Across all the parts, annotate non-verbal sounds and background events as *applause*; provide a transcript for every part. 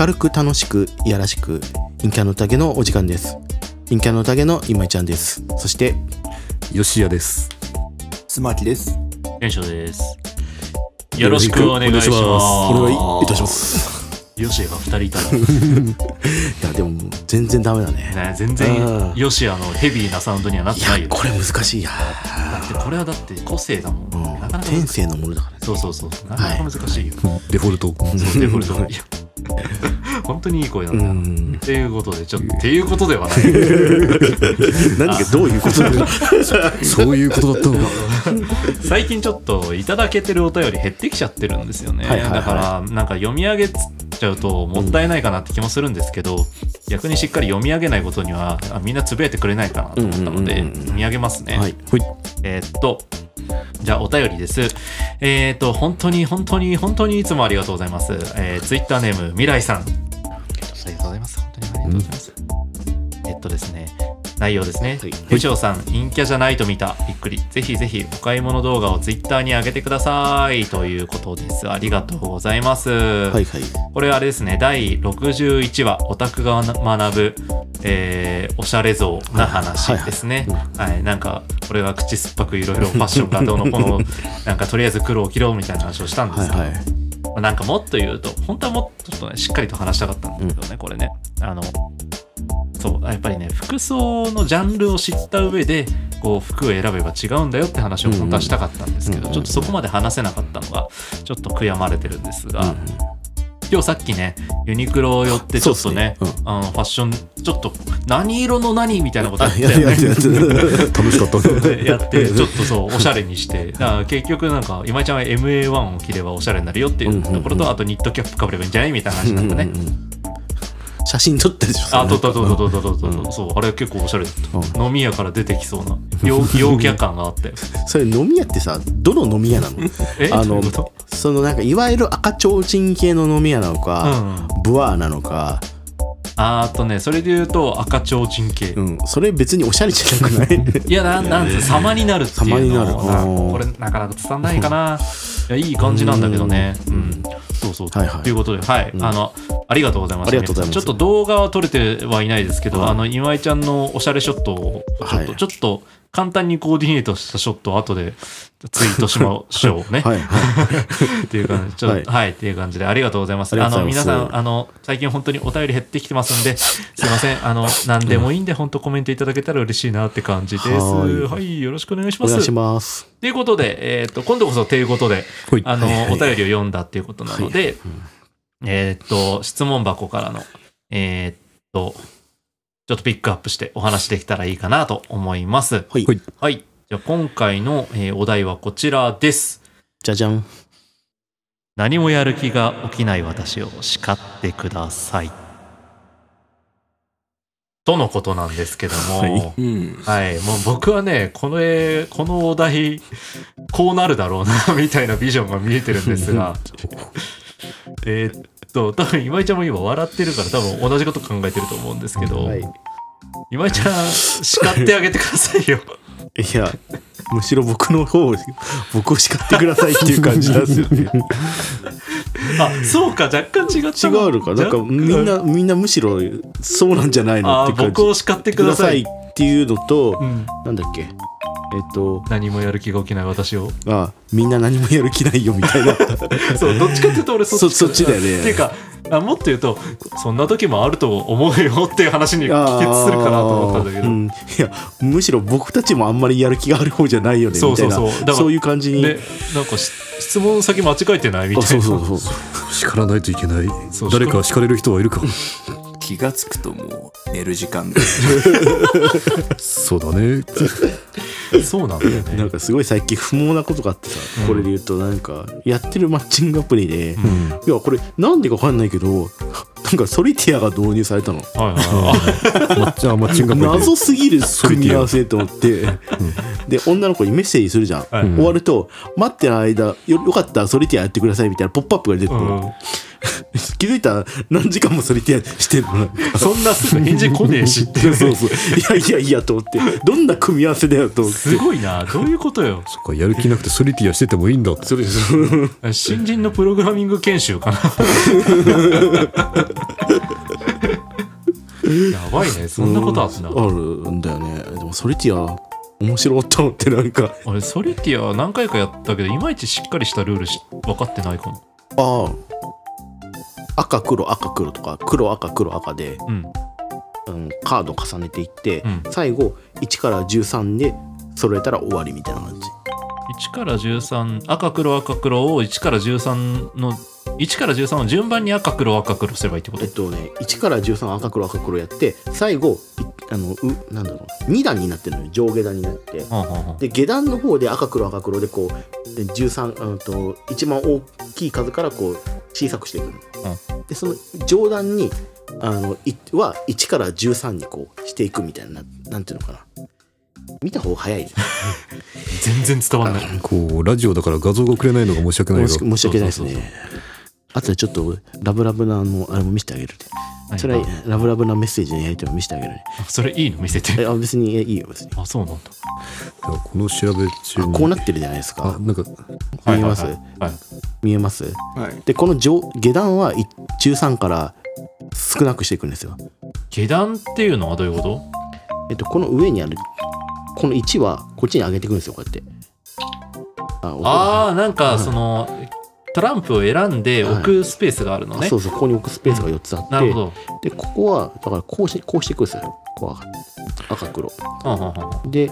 明るく楽しくいやらしく陰キャの宴のお時間です陰キャの宴の今井ちゃんですそしてよしやです。スマキです。店長です。よろしくお願いします。お願いいたしますヨシアが二人いたいやでも全然ダメだねら、ね、全あ然ーヨシアのヘビーなサウンドにはなってないいやよね。これ難しいや、だってこれはだって個性だもん。うんなかなか難しい天性のものだからねそうそうそう。なかなか難しいよ。デフォルト。そうデフォルトいや *laughs* 本当にいい声なんだよ。んっていうことで、ちょっと、っていうことではない。何がどういうことなのか *laughs* そういうことだったのか。最近ちょっと、いただけてるお便り減ってきちゃってるんですよね。はいはいはいだから、なんか読み上げつっちゃうと、もったいないかなって気もするんですけど、逆にしっかり読み上げないことには、あみんなつぶやいてくれないかなと思ったので、うんうんうんうん読み上げますね。はいえーっと、じゃあお便りです。えーっと、本当に本当に本当にいつもありがとうございます。えー、ツイッターネーム、未来さん。ありがとうございます。本当にありがとうございます。えっとですね、内容ですね。部長さん、陰キャじゃないと見た。びっくり。ぜひぜひ、お買い物動画をツイッターに上げてください。ということです。ありがとうございます。はいはいこれあれですね、第61話、オタクが学ぶ、えーおしゃれ像な話ですね。はい、なんか、俺が口酸っぱく *laughs* いろいろファッションがどうのこうの、なんかとりあえず黒を着ろみたいな話をしたんではすいけど、はいまあなんかもっと言うと、本当はもっとちょっとね、しっかりと話したかったんだけどね、これね。あの、そう、やっぱりね、服装のジャンルを知った上で、こう、服を選べば違うんだよって話を本当はしたかったんですけうんうど、んちょっとそこまで話せなかったのが、ちょっと悔やまれてるんですが、今日さっきねユニクロを寄ってちょっとねそうっすねあのファッションちょっと何色の何みたいなことやあったやよるやねるやる楽しかった。や *laughs* ってちょっとそうおしゃれにしてだから結局なんか今井ちゃんは MA1 を着ればおしゃれになるよっていうところと、うんうんうんあとニットキャップかぶればいいんじゃないみたいな話なんだね、うんうんうん写真撮ったでしょあ撮った撮った撮った撮ったうんそうあれ結構おしゃれだった、う飲み屋から出てきそ *laughs* うな陽陽キャ感があってそれ飲み屋ってさどの飲み屋なのえあのどういうことそのなんかいわゆる赤ちょうちん系の飲み屋なのか、うんブワーなのか、あーあとねそれで言うと赤ちょうちん系うん、それ別におしゃれじゃなくないいや、なん、なんつう、様になるっていうの様をなになるこれ、なかなか伝わんないかな。いや、いい感じなんだけどね。ううんん。そうそう。はいはいということで、はい。うんあの、ありがとうございます。ありがとうございますちょっと動画は撮れてはいないですけど、はいあの、今井ちゃんのおしゃれショットを、ちょっはと、いちょっと、簡単にコーディネートしたショットを後でツイートしましょうね。はいはいっていう感じ、ちょっと、ははいい、っていう感じで、ありがとうございます。ありがあとうの、ございま皆すさん、あの、最近本当にお便り減ってきてますんで、すいませ *laughs* ん、あの、何でもいいんで、本当コメントいただけたら嬉しいなって感じです。はーいはい、よろしくお願い *laughs* しおます。願いしとますいうことで、えっ、と、今度こそということではい、あの、はいはいお便りを読んだっていうことなので、えっ、と、質問箱からの、えっ、と、ちょっとピックアップしてお話できたらいいかなと思います。はいはいはい。じゃあ、今回の、えーお題はこちらです。じゃじゃん何もやる気が起きない私を叱ってください。とのことなんですけども、うん。はい、もう僕はね、この絵、このお題、こうなるだろうな、 *laughs* みたいなビジョンが見えてるんです *laughs* が、えーっと、多分今井ちゃんも今笑ってるから、多分同じこと考えてると思うんですけど、はい今井ちゃん、叱ってあげてくだ *laughs* さいよ。いやむしろ僕の方を僕を叱ってくださいっていう感じなんですよ *laughs* ねあ、そうか、若干違った違うのかなんかみん、なみんなむしろそうなんじゃないのっあてー、感じ僕を叱ってください。っていうのと、うんなんだっけえっと何もやる気が起きない私をあみんな何もやる気ないよみたい *laughs* なそうどっちかっていうと俺そっちそ *laughs* そっちだよねっていうかあもっと言うとそんな時もあると思うよっていう話に帰結するかなと思ったんだけど、あーうんいやむしろ僕たちもあんまりやる気がある方じゃないよねそうみたいうそなそうだからそういう感じに、でなんかし質問先間違えてないみたいあなそうそうそう叱らないといけないそう。誰か叱れる人はいるか。気がつくともう寝る時間だ。そうだね。そうなんだよ *laughs* ねなんかすごい最近不毛なことがあってさ、これで言うとなんかやってるマッチングアプリで、いやこれなんでかわかんないけどなんかソリティアが導入されたのはいはいはいまじゃあマッチングアプリで謎すぎる組み合わせと思 *laughs* って、で女の子にメッセージするじゃん、はい終わると「待ってる間よよかったらソリティアやってください」みたいなポップアップが出てくる、うん気づいたら何時間もソリティアしてるの。そんなすぐ返事来ねえしって。 *laughs* そうそういやいやいやと思ってどんな組み合わせだよと思ってすごいな。どういうことよ。そっか、やる気なくてソリティアしててもいいんだって。それそれ新人のプログラミング研 *laughs* 修かな。やばいね。そんなことあったな。あるんだよねでもソリティア面白いと思ってなんか俺、ソリティア何回かやったけど、いまいちしっかりしたルールし分かってないかも。ああ赤黒赤黒とか黒赤黒赤で、うん。うん、カード重ねていって、うん最後1から13で揃えたら終わりみたいな感じ1から13赤黒赤黒を1から13の1から13を順番に赤黒赤黒すればいいってことえっとね1から13赤黒赤黒やって最後いあのうなんだろう2段になってるのよ上下段になってはあはあはあで下段の方で赤黒赤黒でこうで13うんと一番大きい数からこう小さくしていくの、でその上段にあのいは1から13にこうしていくみたいななんていうのかな見た方が早い全然伝わんないこう、ラジオだから画像が送れないのが申し訳ないが。申し訳ないですそうそうねあとでちょっとラブラブなあのあれも見せてあげるね何 *laughs* それはラブラブなメッセージのやり取りも見せてあげるねあそれいいの見せてえあ別にえいいよ別にあそうなんだいやこの調べ中あに。こうなってるじゃないですあか、なんか、見えます、はいはいはい見えますはい。でこの上下段は一13から少なくしていくんですよ。下段っていうのはどういうこえっとこの上にあるこの1はこっちに上げていくんですよこうやって。あと音がああーなんかその、トランプを選んで置くスペースがあるのね、そうそうここに置くスペースが4つあって、なるほど、でここはだからこうしこうしていくんですよ。こう赤黒。はあはあはで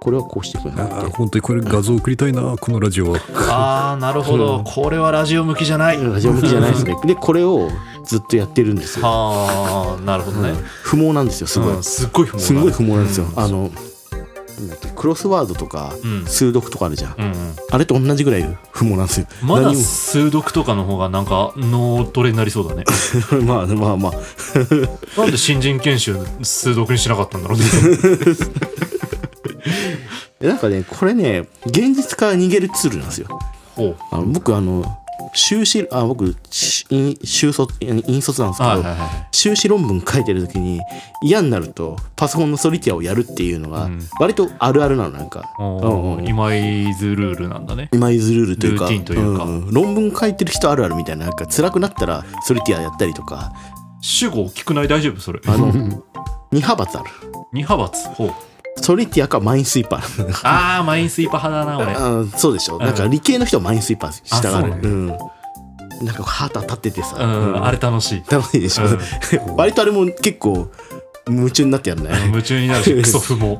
これはこうしていくんですあよ。本当にこれ画像送りたいな、このラジオは。ああーなるほど、うんこれはラジオ向きじゃない、ラジオ向きじゃないですね。でこれをずっとやってるんですよ。はあなるほどね、不毛なんですよすごい。うんすっごい不毛だすごい不毛なんですよ。うんあのなんだっけクロスワードとかうん数読とかあるじゃん。うんうんあれと同じぐらい不毛なんですよ。まだ何も数読とかの方がなんか脳トレになりそうだね *laughs* まあまあまあなんで新人研修数読にしなかったんだろうね *laughs* えなんかねこれね現実から逃げるツールなんですよほうあの僕あの修士あ僕し引修卒引卒なんですけど、はいはいはい修士論文書いてる時に嫌になるとパソコンのソリティアをやるっていうのがうん割とあるあるなのなんか、おうーんうん今井ズルールなんだね今イズルールというかルーティンというかんん論文書いてる人あるあるみたいななんか辛くなったらソリティアやったりとか主語大きくない大丈夫それあ *laughs* の二派閥ある二派閥ほうソリティアかマインスイーパーあーマインスイーパー派だな俺あーそうでしょ、なんか理系の人はマインスイーパーしたがあるそううなんだん、なんか旗立っててさ、うん、うんあれ楽しい、楽しいでしょ、 *laughs* 割とあれも結構夢中になってやんうん、ね夢中に *laughs* なるしクソ不毛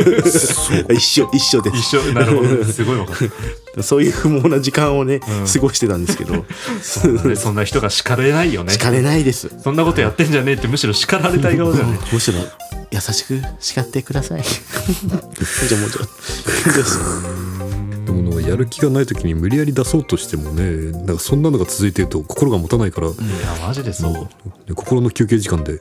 *laughs* 一緒一緒で一緒なるほどすごい分かるすそういう不毛な時間をね、うん過ごしてたんですけ *laughs* どねそんな人が叱れないよね叱れないですそんなことやってんじゃねえってむしろ叱られたい側だよねむしろ優しく叱ってくださいじゃあもうちょっとでもなんかやる気がない時に無理やり出そうとしてもねなんかそんなのが続いてると心が持たないから、いやマジでそう、で心の休憩時間でうん、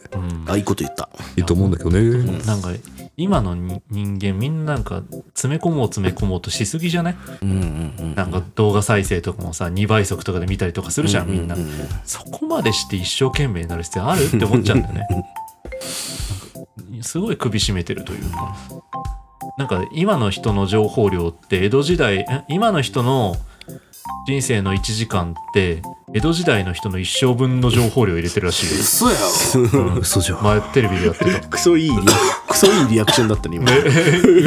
あいいこと言ったいいと思うんだけどね、なんか今のに人間みんななんか詰め込もう詰め込もうとしすぎじゃないうんうんうんなんか動画再生とかもさ2倍速とかで見たりとかするじゃんみんなうううそこまでして一生懸命になる必要あるって思っちゃうんだよねなんかすごい首絞めてるというかなんか今の人の情報量って江戸時代え今の人の人生の1時間って江戸時代の人の一生分の情報量入れてるらしいよ嘘やろ。嘘じゃん、前テレビでやってたクソいいリアクソいいリアクションだったね今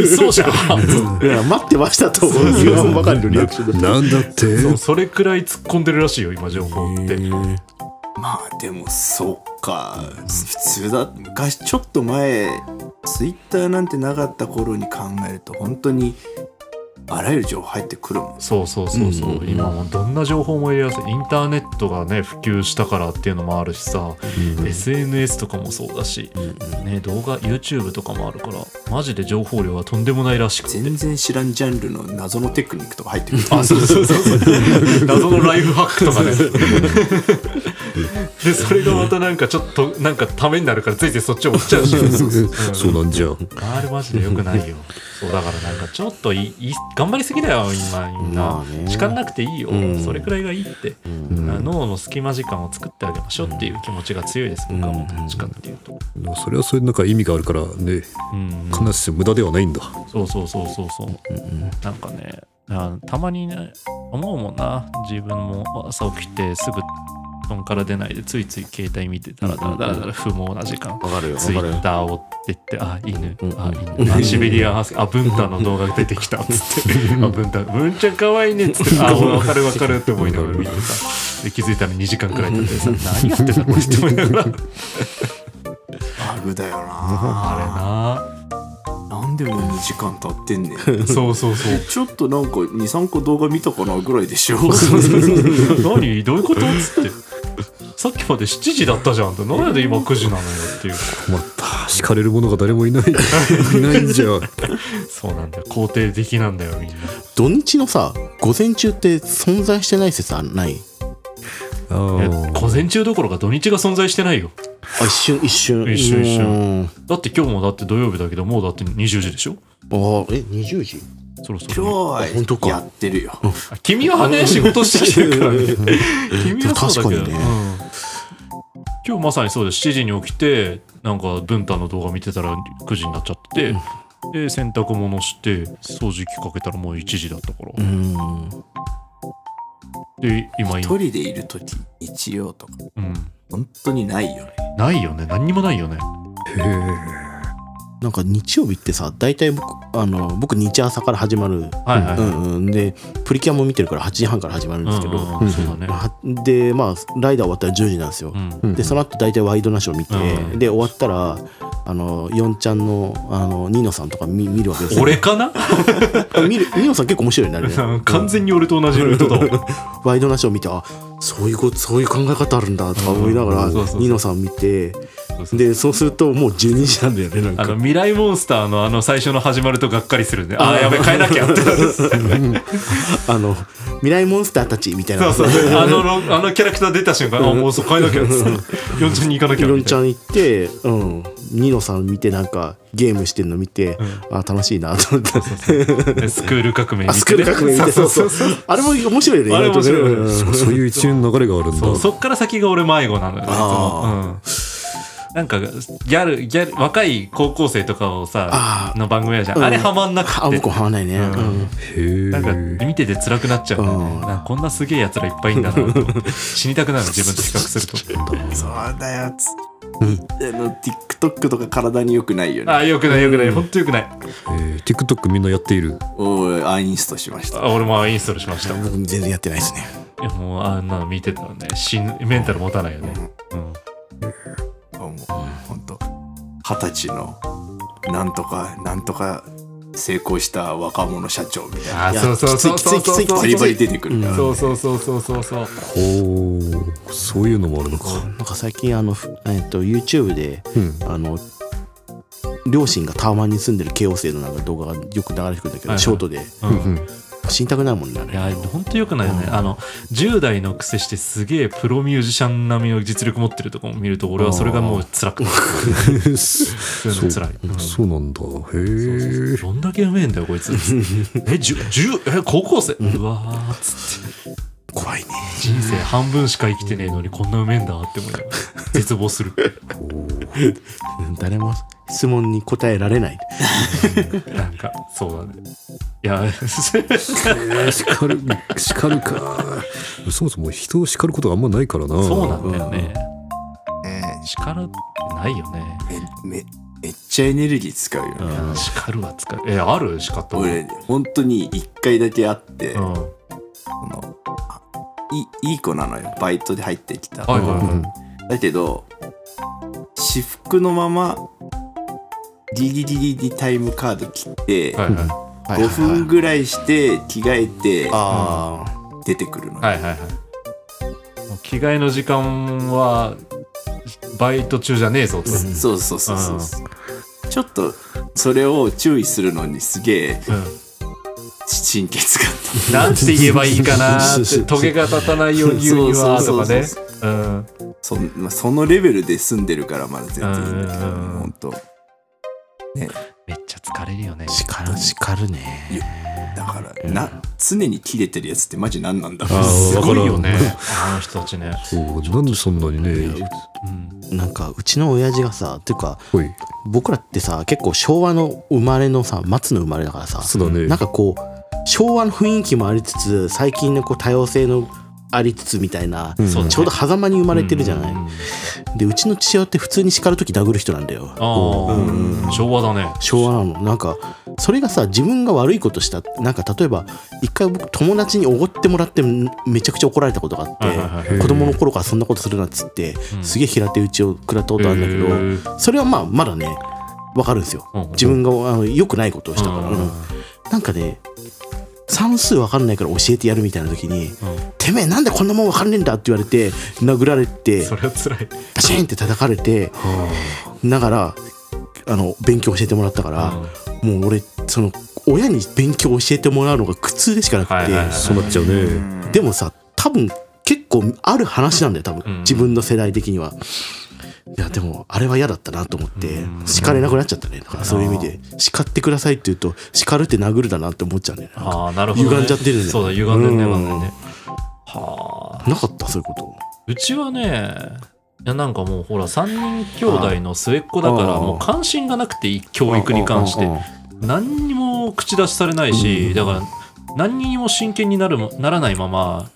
嘘じゃんいや待ってましたと言わんばかりのリアクションだったなんだってそうそれくらい突っ込んでるらしいよ今情報って *laughs* まあでも、そっか。普通だ。昔、ちょっと前、ツイッターなんてなかった頃に考えると、本当に、あらゆる情報入ってくるもん。そうそうそうそう、うんうんうん今もうどんな情報も入れやすいインターネットがね普及したからっていうのもあるしさ、SNS とかもそうだし、ね、動画 YouTube とかもあるからマジで情報量はとんでもないらしくて全然知らんジャンルの謎のテクニックとか入ってくる。あそうそうそうそう謎のライフハックとかね *laughs* でそれがまたなんかちょっとなんかためになるからついついそっちを追っちゃ *laughs* うしそうなんじゃんあれマジでよくないよそうだからなんかちょっといいいい頑張りすぎだよ今みんな、まあね時間なくていいよ、うんそれくらいがいいって、あ脳の隙間時間を作ってあげましょうっていう気持ちが強いです、僕はもうどっちかっていうと、でもそれはそれでなんか意味があるからねうん、必ずしも無駄ではないんだそうそうそうそうそう、なんかねあたまにね思うもんな自分も朝起きてすぐ布団から出ないでついつい携帯見てたらだらだらだら不毛な時間わかるよわツイかるッよターを追ってって、あ、犬う、んあ、犬、あ、シベリアンハスキー、あ、文太の動画出てきたっつって、あ、文太、文ちゃん可愛いねっつって、あ、わかるわかるって思いながら見てさ、で気づいたら2時間くらい経ってさ、何やってたのこれって思いながら、バグだよなあなんでも2時間経ってんねんれな、 *laughs* そうそうそう。ちょっとなんか23個動画見たかなぐらいでしょ *laughs* 何どういうことっつって。さっきまで7時だったじゃんって、なんで今9時なのよっていう。困った敷かれるものが誰もい *laughs* ないいないんじゃんそうなんだよ。肯定的なんだよ、みんな。土日のさ午前中って存在してない説あんないあえー午前中どころか土日が存在してないよ。あ一瞬一瞬一瞬一う瞬んだって今日もだって土曜日だけど、もうだって20時でしょあーえ20時そろそろ。今日本当はかやってるよあ君はね仕事してきてるからね君はそうだけど、確かにねうん今日まさにそうです7時に起きてなんか文太の動画見てたら9時になっちゃってて、で洗濯物して掃除機かけたらもう1時だったから、うんで今一人でいる時日曜とかうん、本当にないよねないよね何にもないよねなんか日曜日ってさ大体僕あの僕日朝から始まる、はいはい、うんうん、でプリキュアも見てるから8時半から始まるんですけど、うんうんうんそうだね、はでまあライダー終わったら10時なんですよ、うんでその後大体ワイドナショー見て、うんで終わったらあのヨンちゃんのあのニノさんとか見見るわけですよ俺かな見るニノさん結構面白いよ *laughs* ねあれね完全に俺と同じルートだ *laughs* わワイドナショー見てあそういうことそういう考え方あるんだとか思いながら、うんそうそうそうニノさん見てうそうでそうするともう12時なんだよねなんあのか未来モンスターのあの最初の始まるとがっかりするねああやべ変えなきゃってなるあの未来モンスターたちみたいなそうそうあのロあのキャラクター出た瞬間、あもうそう変えなきゃっつって四ちゃんに行かなきゃいろんちゃんん行って、うん、ニノさん見てなんかゲームしてるの見て、あ楽しいなと思っ *laughs* てスクール革命に行ってねあスクール革命見てそうそうあれも面白いよねあれ意外とね面白いうんそうそういう一連の流れがあるんだそうそっから先が俺迷子なのよ、ねそのうん、なんかギャルギャル若い高校生とかをさあの番組やじゃん、うんあれハマんなくあて向こうはまないね、んうんへえなんか見てて辛くなっちゃうんだよねうんなんかこんなすげえやつらいっぱいいんだなと思っ *laughs* て死にたくなる自分と比較するとそうだよつ、あの TikTok とか体に良くないよねああよくないよくない本当よくないえー TikTok みんなやっているおいアインストしましたあ俺もインストールしましたい僕全然やってないですねやもうあんなの見てたらね死ぬメンタル持たないよね、うんもう本当二十歳のなんとかなんとか成功した若者社長みたいなあいやそうそうそうそうきついきそうついきついそうバリバリ出てくるから、そうそうそうそうそうそうほうそういうのもあるのかなんか最近あの、ふえっと YouTube でうんあの両親がタワマンに住んでる慶応生のなんか動画がよく流れてくるんだけど、はいはいショートでうん死にたくなるもんねあいれや本当よくないよね、あの10代の癖してすげえプロミュージシャン並みの実力持ってるとこも見ると俺はそれがもう辛くなるそういうの辛い、うんそう *laughs* そうなんだそうそうへえどんだけうめえんだよこいつえ十十え高校生うわーっつって怖いね人生半分しか生きてねえのにこんなうめえんだって思いながら絶望するうん誰も質問に答えられないなんかそうだねいや叱る叱るかそもそも人を叱ることがあんまないからなそうなんだよね、ね叱るってないよねめめめっちゃエネルギー使うよね、叱るは使うえある叱ったこと俺本当に一回だけ会って、うんはいそのあいいい子なのよバイトで入ってきた、はいはいだけど私服のままギリギリにタイムカード切って、はいはいはいはい5分ぐらいして着替えてああ出てくるの、はいはいはいもう着替えの時間はバイト中じゃねえぞ *laughs* つって、そうそうそうそうそうちょっとそれを注意するのにすげえうん神経使っなんて言えばいいかな *laughs* ーそうそうっそてトゲが立たないように言うにはとかねうんそんまあそのレベルで住んでるからまだ全然いいんだけどうんうんうん本当めっちゃ疲れるよね。叱る叱るねだからな常に切れてるやつってマジ何なんだろあうーすごいよわねか。あの人たちね。そうなんでそんなにねうん。なんかうちの親父がさっていうかおい僕らってさ結構昭和の生まれのさ松の生まれだからさそうだねなんかこう昭和の雰囲気もありつつ最近のこう多様性のありつつみたいな、うんそうだねちょうど狭間に生まれてるじゃない、うんうんうんでうちの父親って普通に叱る時殴る人なんだよああ、うん昭和だね。昭和なのなんかそれがさ自分が悪いことしたなんか例えば一回僕友達におごってもらってめちゃくちゃ怒られたことがあって、はいはいはいへえ子供の頃からそんなことするなっつって、うんすげえ平手打ちを食らったことあるんだけど、へーそれはまあまだねわかるんですようんうん自分があの良くないことをしたから、うんうんなんかね算数わかんないから教えてやるみたいな時に「てめえなんでこんなもんわかんねえんだ」って言われて殴られてそれは辛い。パシーンって叩かれてながらあの勉強教えてもらったから、もう俺その親に勉強教えてもらうのが苦痛でしかなくて、はいはいはいそうなっちゃうねでもさ多分結構ある話なんだよ多分、うん自分の世代的には。いやでもあれは嫌だったなと思ってうん叱れなくなっちゃったねだからそういう意味で叱ってくださいって言うと叱るって殴るだなって思っちゃうんだよねなんかああ、なるほど、ね。歪んじゃってるねそうだ、歪んでるね、うん歪んでるね。はあ。なかったそういうこうちはね、いやなんかもうほら、3人兄弟の末っ子だから、あーもう関心がなくていい、と教育に関してうんうん。何にも口出しされないし、だから、何にも真剣になるもならないまま、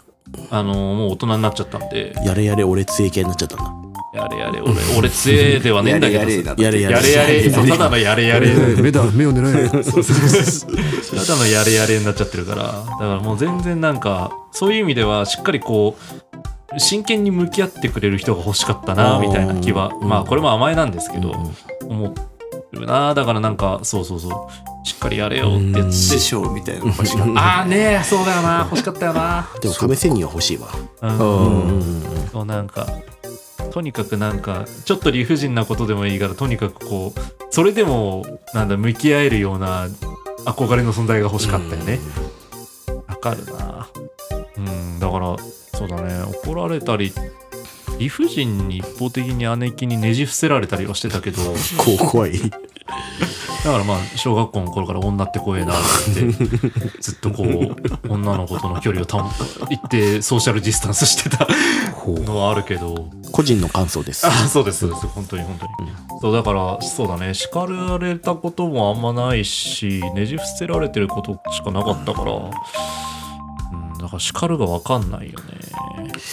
あのもう大人になっちゃったんで、やれやれ俺杖系になっちゃったんだやれやれ、俺、俺杖ではねえんだけどさ、だやれやれやれや *laughs* れ、そうただのやれやれ。目だ目を狙えただのやれやれになっちゃってるからだからもう全然なんかそういう意味ではしっかりこう真剣に向き合ってくれる人が欲しかったなあーみたいな気はうんまあこれも甘えなんですけどうん思うなだからなんかそうそうそうしっかりやれよって言って師匠みたいなの欲しかっああねえそうだよな欲しかったよなでも亀仙人は欲しいわうんうんうんうんそうなんかとにかくなんかちょっと理不尽なことでもいいからとにかくこうそれでもなんだ向き合えるような憧れの存在が欲しかったよねわかるなうんだからそうだね怒られたり理不尽に一方的に姉貴にねじ伏せられたりはしてたけどこう怖いだからまあ小学校の頃から女って怖えなってずっとこう女の子との距離を保っていってソーシャルディスタンスしてたのはあるけど個人の感想ですあそうですそうです本当に本当に、そうだからそうだね叱られたこともあんまないしねじ伏せられてることしかなかったからうんだから叱るが分かんないよね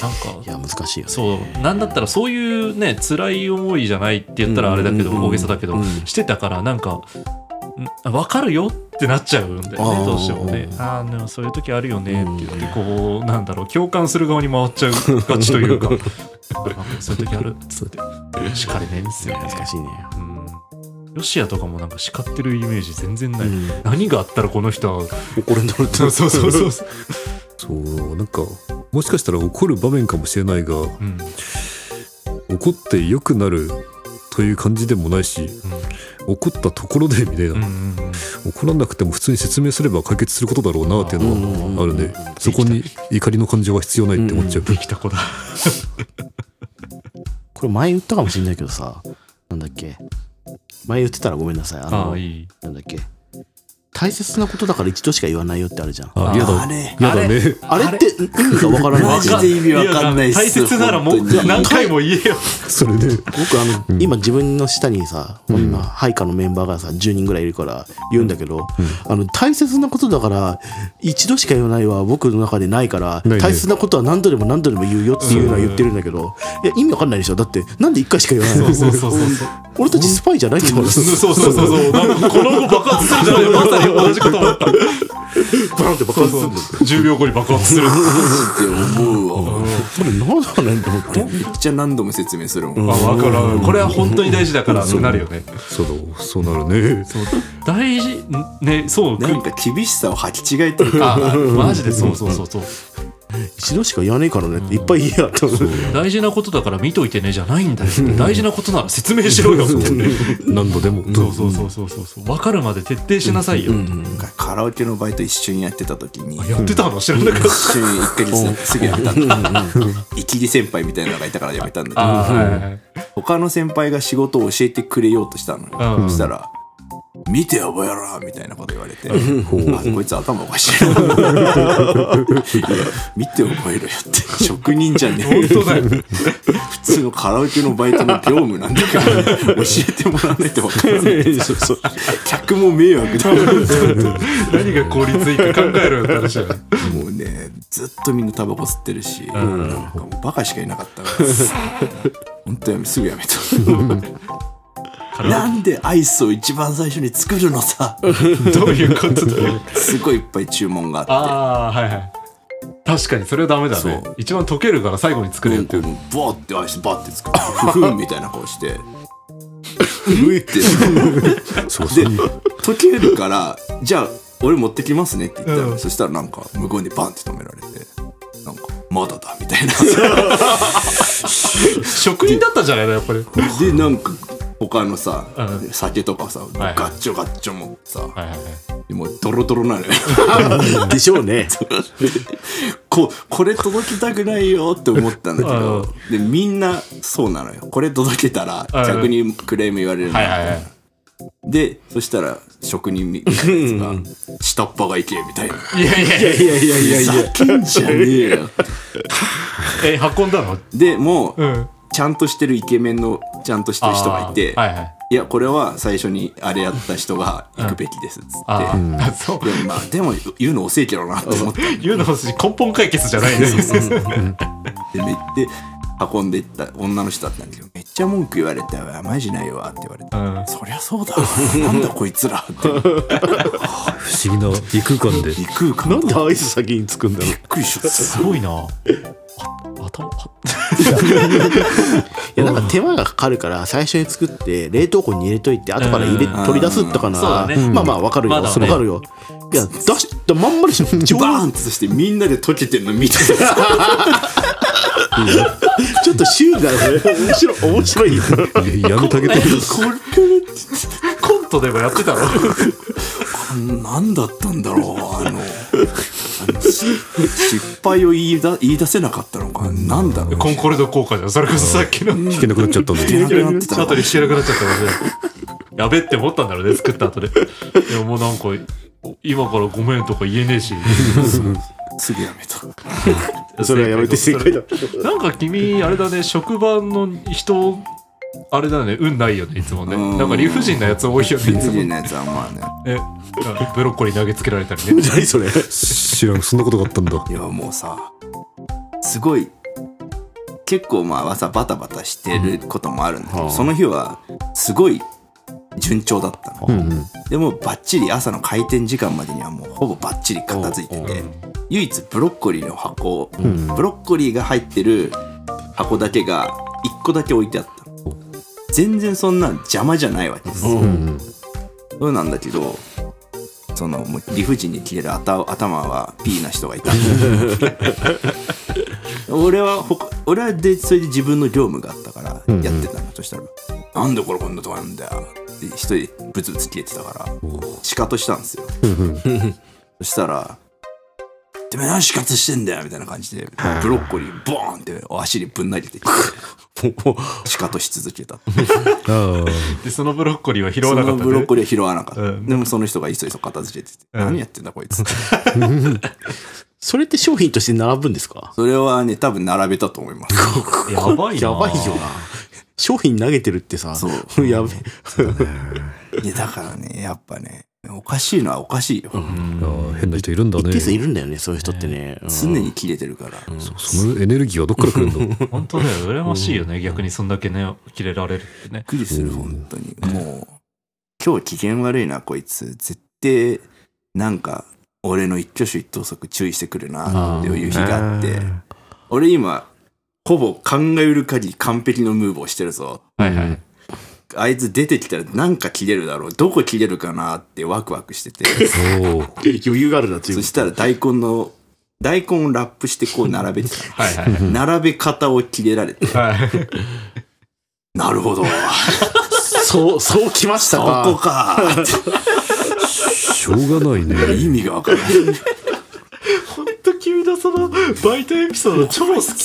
なんいかや難しいよねそうなんだったらそういうね辛い思いじゃないって言ったらあれだうけどんうんうんうん大げさだけどしてたからなんかん分かるよってなっちゃうんだよあねーどうしてもねああでもそういう時あるよねって言ってこうなんだろう共感する側に回っちゃうがちというかあそういう時あるっつって叱れねえんですよね難しいねうんロシアとかもなんか叱ってるイメージ全然ない、うん何があったらこの人は怒るんだろうってそうそうそうそうそう、そうなんかもしかしたら怒る場面かもしれないがうん怒って良くなるという感じでもないし怒ったところでみたいな、うんうんうん怒らなくても普通に説明すれば解決することだろうなっていうのはあるねそこに怒りの感情は必要ないって思っちゃう、できた子だこれ前言ったかもしれないけどさなんだっけ前言ってたらごめんなさいああのあいいなんだっけ大切なことだから一度しか言わないよってあるじゃんあ嫌だあれ嫌だ *laughs* ねあれって意味がわからないマジで意味わかんないっす大切ならもう本当に何回も言えよそれで僕あの、今自分の下にさ、今配下のメンバーがさ10人ぐらいいるから言うんだけど、あの大切なことだから一度しか言わないは僕の中でないからないね大切なことは何度でも何度でも言うよっていうのは言ってるんだけど、いや意味わかんないでしょだってなんで1回しか言わないのそうそうそうそうそう俺たちスパイじゃないって思うそうそうそうそうなん *laughs* かこの後爆発するんじゃないまさに同じこと思ったバンって爆発するんだよ10秒後に爆発す *laughs* るマジで思うわそれ何だろうねと思ってめっちゃ何度も説明するもんあ分からんこれは本当に大事だからってなるよねそうだそうなるね大事ねそうなんか厳しさを履き違えてるあマジでそうそうそうそう一度しか言わねえからねっていっぱい言いやったそう大事なことだから見といてねじゃないんだよ大事なことなら説明しろよって何度でもそうそうそうそうそうそう分かるまで徹底しなさいよなんかカラオケのバイト一緒にやってた時にやってたの知らなかった一緒に1ヶ月なんかすぐやめたんだイキリ先輩みたいなのがいたからやめたんだけどあーはいはい他の先輩が仕事を教えてくれようとしたのよ、うんそしたら「見てやばやら」みたいなこと言われて「あこいつ頭おかしいな」いや見て覚えろよ」って職人じゃねえよ本当だよ普通のカラオケのバイトの業務なんだから教えてもらわないと分からないそうそう客も迷惑だ何が効率いいか考えろよって話だよもうねずっとみんなタバコ吸ってるし、なんかもうバカしかいなかったから本当やめすぐやめたなんでアイスを一番最初に作るのさ *laughs* どういうことだよすごいいっぱい注文があっああはいはい確かにそれはダメだね一番溶けるから最後に作てれるなっんてかいうもうボーってアイスバーって *laughs* 作ってふふんみたいな顔してふってそうそうで溶けるからじゃあ俺持ってきますねって言ったら、そしたらなんか向こうにバンって止められてなんかまだだみたいな職人だったんじゃないのやっぱりでなんか他のさ、う酒とかさ、はいガッチョガッチョ持ってさ、はいはいはいもうドロドロなのよ *laughs* *laughs* でしょうねここれ届きたくないよって思ったんだけうどでみんなそうなのよこれ届けたらうん逆にクレーム言われるの、はいはいはいでそしたら職人みたいなやつが下っ端が行けみたいないやいやいやいやいやいやいやふざけんじゃねえよえ運んだのでもう、うんちゃんとしてるイケメンのちゃんとしてる人がいて、あーはいはいいやこれは最初にあれやった人が行くべきですっつって、あー、そうでもまあでも言うの遅いけどなって思って言うのは根本解決じゃないねでめで運んでいった女の人だったんだけどめっちゃ文句言われたわマジないわって言われて、うんそりゃそうだわなんだこいつらって不思議な異空間で異空間なだんでアイス先につくんだろうびっくりしちゃったすごいなあ頭あいやなんか手間がかかるから最初に作って冷凍庫に入れといて後から入れうん取り出すとかなそうだら、ねまあまあわかるよ、まだねそれわかるよいや出したまんまでしょちょバーンってそしてみんなで溶けてるの見てたちょっとシュールだね面白い面 *laughs* 白いよやめてあげてコントでもやってたの何だったんだろうあのあのし失敗を言いだ言い出せなかったのかなんだろうコンコルド効果じゃんそれこそさっきの弾けなくなっちゃったんでなくなってたの後かで弾けなくなっちゃったかもしれないやべって思ったんだろうね作った後ででももうなんか今からごめんとか言え *laughs* ねえしすぐやめたそれはやめて正解だなんか君あれだね職場の人あれだね運ないよねいつもねうんなんか理不尽なやつ多いよねいつ理不も尽なやつはまあねねブロッコリー投げつけられたりね何それ知らんそんなことがあったんだいやもうさすごい結構まあさバタバタしてることもあるんだけど、はあその日はすごい順調だったの、うんうんでもバッチリ朝の開店時間までにはもうほぼバッチリ片付いてて唯一ブロッコリーの箱を、んブロッコリーが入ってる箱だけが1個だけ置いてあったの全然そんなん邪魔じゃないわけですよ、うんそうなんだけどそのもう理不尽に切れる頭頭は P な人が *laughs* いた俺はほか俺はでそれで自分の業務があったからうんうんやってたの、そしたら「なんでこれこんなとこなんだよ」って一人でブツブツ切れてたからシカトしたんですようんうんそしたら「てめえ何シカトしてんだよ」みたいな感じでブロッコリーボーンってお足にぶん投げてきて *laughs* シカトし続けたああでそのブロッコリーは拾そわなかのったブロッねコリーは拾わなかった、うんでもその人がいそいそ片付けてて、うん何やってんだこいつそれって商品として並ぶんですかそれはね多分並べたと思いますやばいなやばいよな商品投げてるってさ *laughs* そうやべいやだからねやっぱねおかしいのはおかしいよ、ああ変な人いるんだ一ね定数いるんだよねそういう人ってね、うん常に切れてるから、そそのエネルギーはどっから来るんだ本当だよ羨ましいよね逆にそんだけね切れられるってねびっくりする本当にもう今日機嫌悪いなこいつ絶対なんか俺の一挙手一投足注意してくるなっていう日があって俺今ほぼ考えうる限り完璧のムーブをしてるぞはいはいあいつ出てきたらなんか切れるだろうどこ切れるかなってワクワクしてておお余裕があるなっていうそしたら大根の大根をラップしてこう並べてたの *laughs* はいはいはい。並べ方を切れられてはいなるほどそう、そうきましたそこか。かしょうがないね。意味がわからない *laughs* 本当君のそのバイトエピソード超好き *laughs*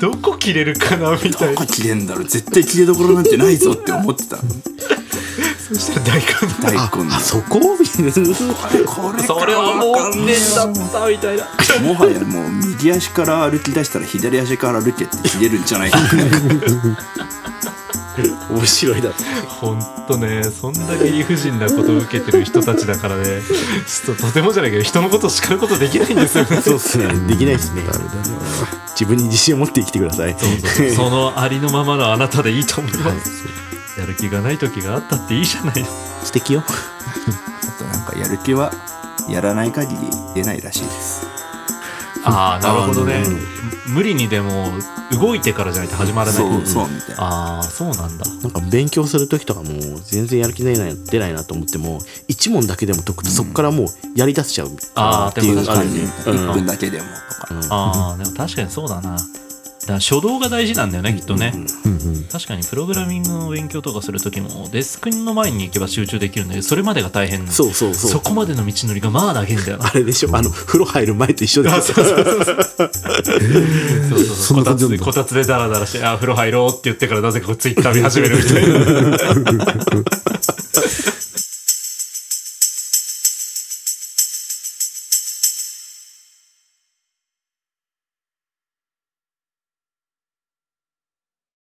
どこ切れるかなみたいどなこ切れんだろう絶対切れどころなんてないぞって思ってたそしたら大根大根のあ、そこあれこれそれはもう年だったみたいなもはやもう右足から歩き出したら左足から歩けって切れるんじゃないか面白いだ。本当ねそんだけ理不尽なことを受けてる人たちだからねちょっととてもじゃないけど人のことを叱ることできないんですよねそうっすね。できないっすね。自分に自信を持って生きてください。 *laughs* そのありのままのあなたでいいと思います、やる気がない時があったっていいじゃないです素敵よ。あとなんかやる気はやらない限り出ないらしいですかああなるほどねうん無理にでも動いてからじゃないと始まらないそうそうみたいなああそうなんだなんか勉強する時とかも全然やる気出ない出ないなと思っても一問だけでも解くとそこからもうやり出しちゃうあーっていうでもある確かよにねねうん1分だけでもとかああでも確かにそうだなだから初動が大事なんだよねきっとね、うんうん。確かにプログラミングの勉強とかする時もデスクの前に行けば集中できるんだけどそれまでが大変なのそうそうそうそこまでの道のりがまあ長いんだよなあれでしょあの風呂入る前と一緒でそうそうそうそうそうそうそんなこた感じなつんでだこたつでダラダラしてあ風呂入ろうって言ってからなぜかこうツイッター見始めるみたいな